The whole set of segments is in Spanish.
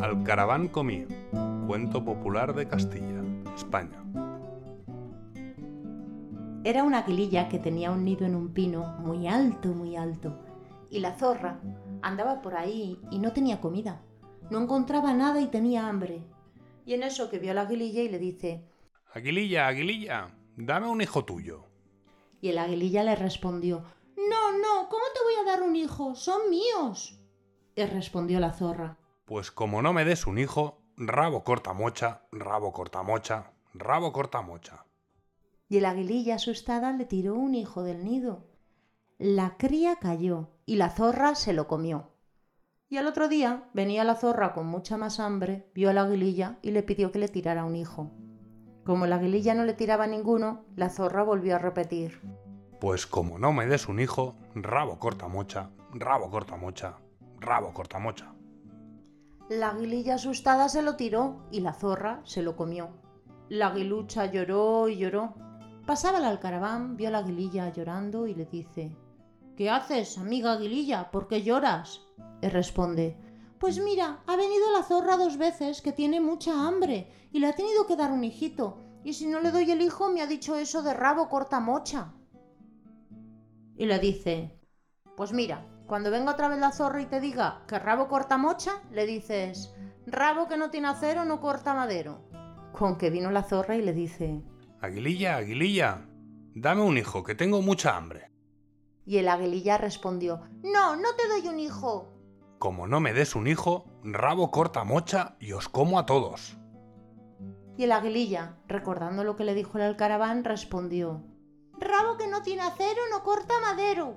Alcaraván comía, cuento popular de Castilla, España. Era una aguililla que tenía un nido en un pino muy alto, muy alto. Y la zorra andaba por ahí y no tenía comida. No encontraba nada y tenía hambre. Y en eso que vio a la aguililla y le dice, Aguililla, aguililla, dame un hijo tuyo. y el aguililla le respondió, No, no, ¿cómo te voy a dar un hijo? Son míos. Y respondió la zorra. Pues como no me des un hijo, rabo corta mocha, rabo corta mocha, rabo corta mocha. Y el aguililla asustada le tiró un hijo del nido. La cría cayó y la zorra se lo comió. Y al otro día venía la zorra con mucha más hambre, vio a la aguililla y le pidió que le tirara un hijo. Como la aguililla no le tiraba ninguno, la zorra volvió a repetir. Pues como no me des un hijo, rabo corta mocha, rabo corta mocha, rabo corta mocha. La aguililla asustada se lo tiró y la zorra se lo comió. La aguilucha lloró y lloró. Pasaba el alcaraván, vio a la aguililla llorando y le dice: ¿Qué haces, amiga aguililla? ¿Por qué lloras? Y responde: Pues mira, ha venido la zorra dos veces que tiene mucha hambre y le ha tenido que dar un hijito. Y si no le doy el hijo, me ha dicho eso de rabo corta mocha. Y le dice: pues mira, cuando venga otra vez la zorra y te diga que rabo corta mocha, le dices, rabo que no tiene acero no corta madero. Con que vino la zorra y le dice, Aguililla, aguililla, dame un hijo, que tengo mucha hambre. y el aguililla respondió, no, no te doy un hijo. Como no me des un hijo, rabo corta mocha y os como a todos. Y el aguililla, recordando lo que le dijo el alcaraván, respondió, rabo que no tiene acero no corta madero.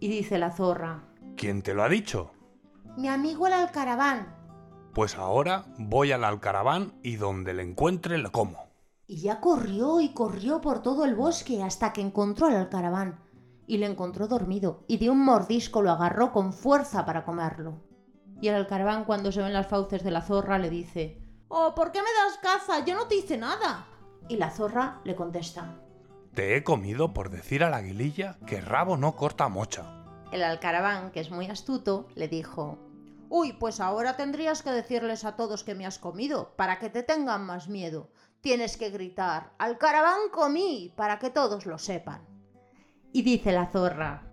Y dice la zorra, ¿Quién te lo ha dicho? mi amigo el alcaraván, Pues ahora voy al alcaraván y donde le encuentre le como. Y ya corrió y corrió por todo el bosque hasta que encontró al alcaraván. Y le encontró dormido, y de un mordisco lo agarró con fuerza para comerlo. Y el alcaraván, cuando se ven las fauces de la zorra, le dice: Oh, ¿por qué me das caza? Yo no te hice nada. Y la zorra le contesta: Te he comido por decir a la aguililla que rabo no corta mocha. El alcaraván, que es muy astuto, le dijo: Uy, pues ahora tendrías que decirles a todos que me has comido, para que te tengan más miedo. Tienes que gritar: ¡Alcaraván comí! para que todos lo sepan. Y dice la zorra,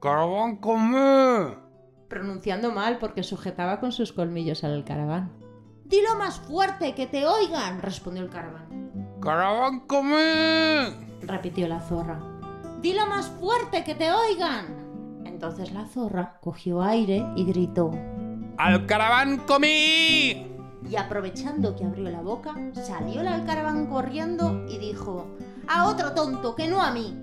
¡Caraván come! pronunciando mal porque sujetaba con sus colmillos al alcaraván. ¡Dilo más fuerte, que te oigan! respondió el caraván. ¡Caraván come! repitió la zorra. ¡Dilo más fuerte, que te oigan! Entonces la zorra cogió aire y gritó. ¡Alcaraván comí! y aprovechando que abrió la boca, salió el alcaraván corriendo y dijo, A otro tonto, que no a mí.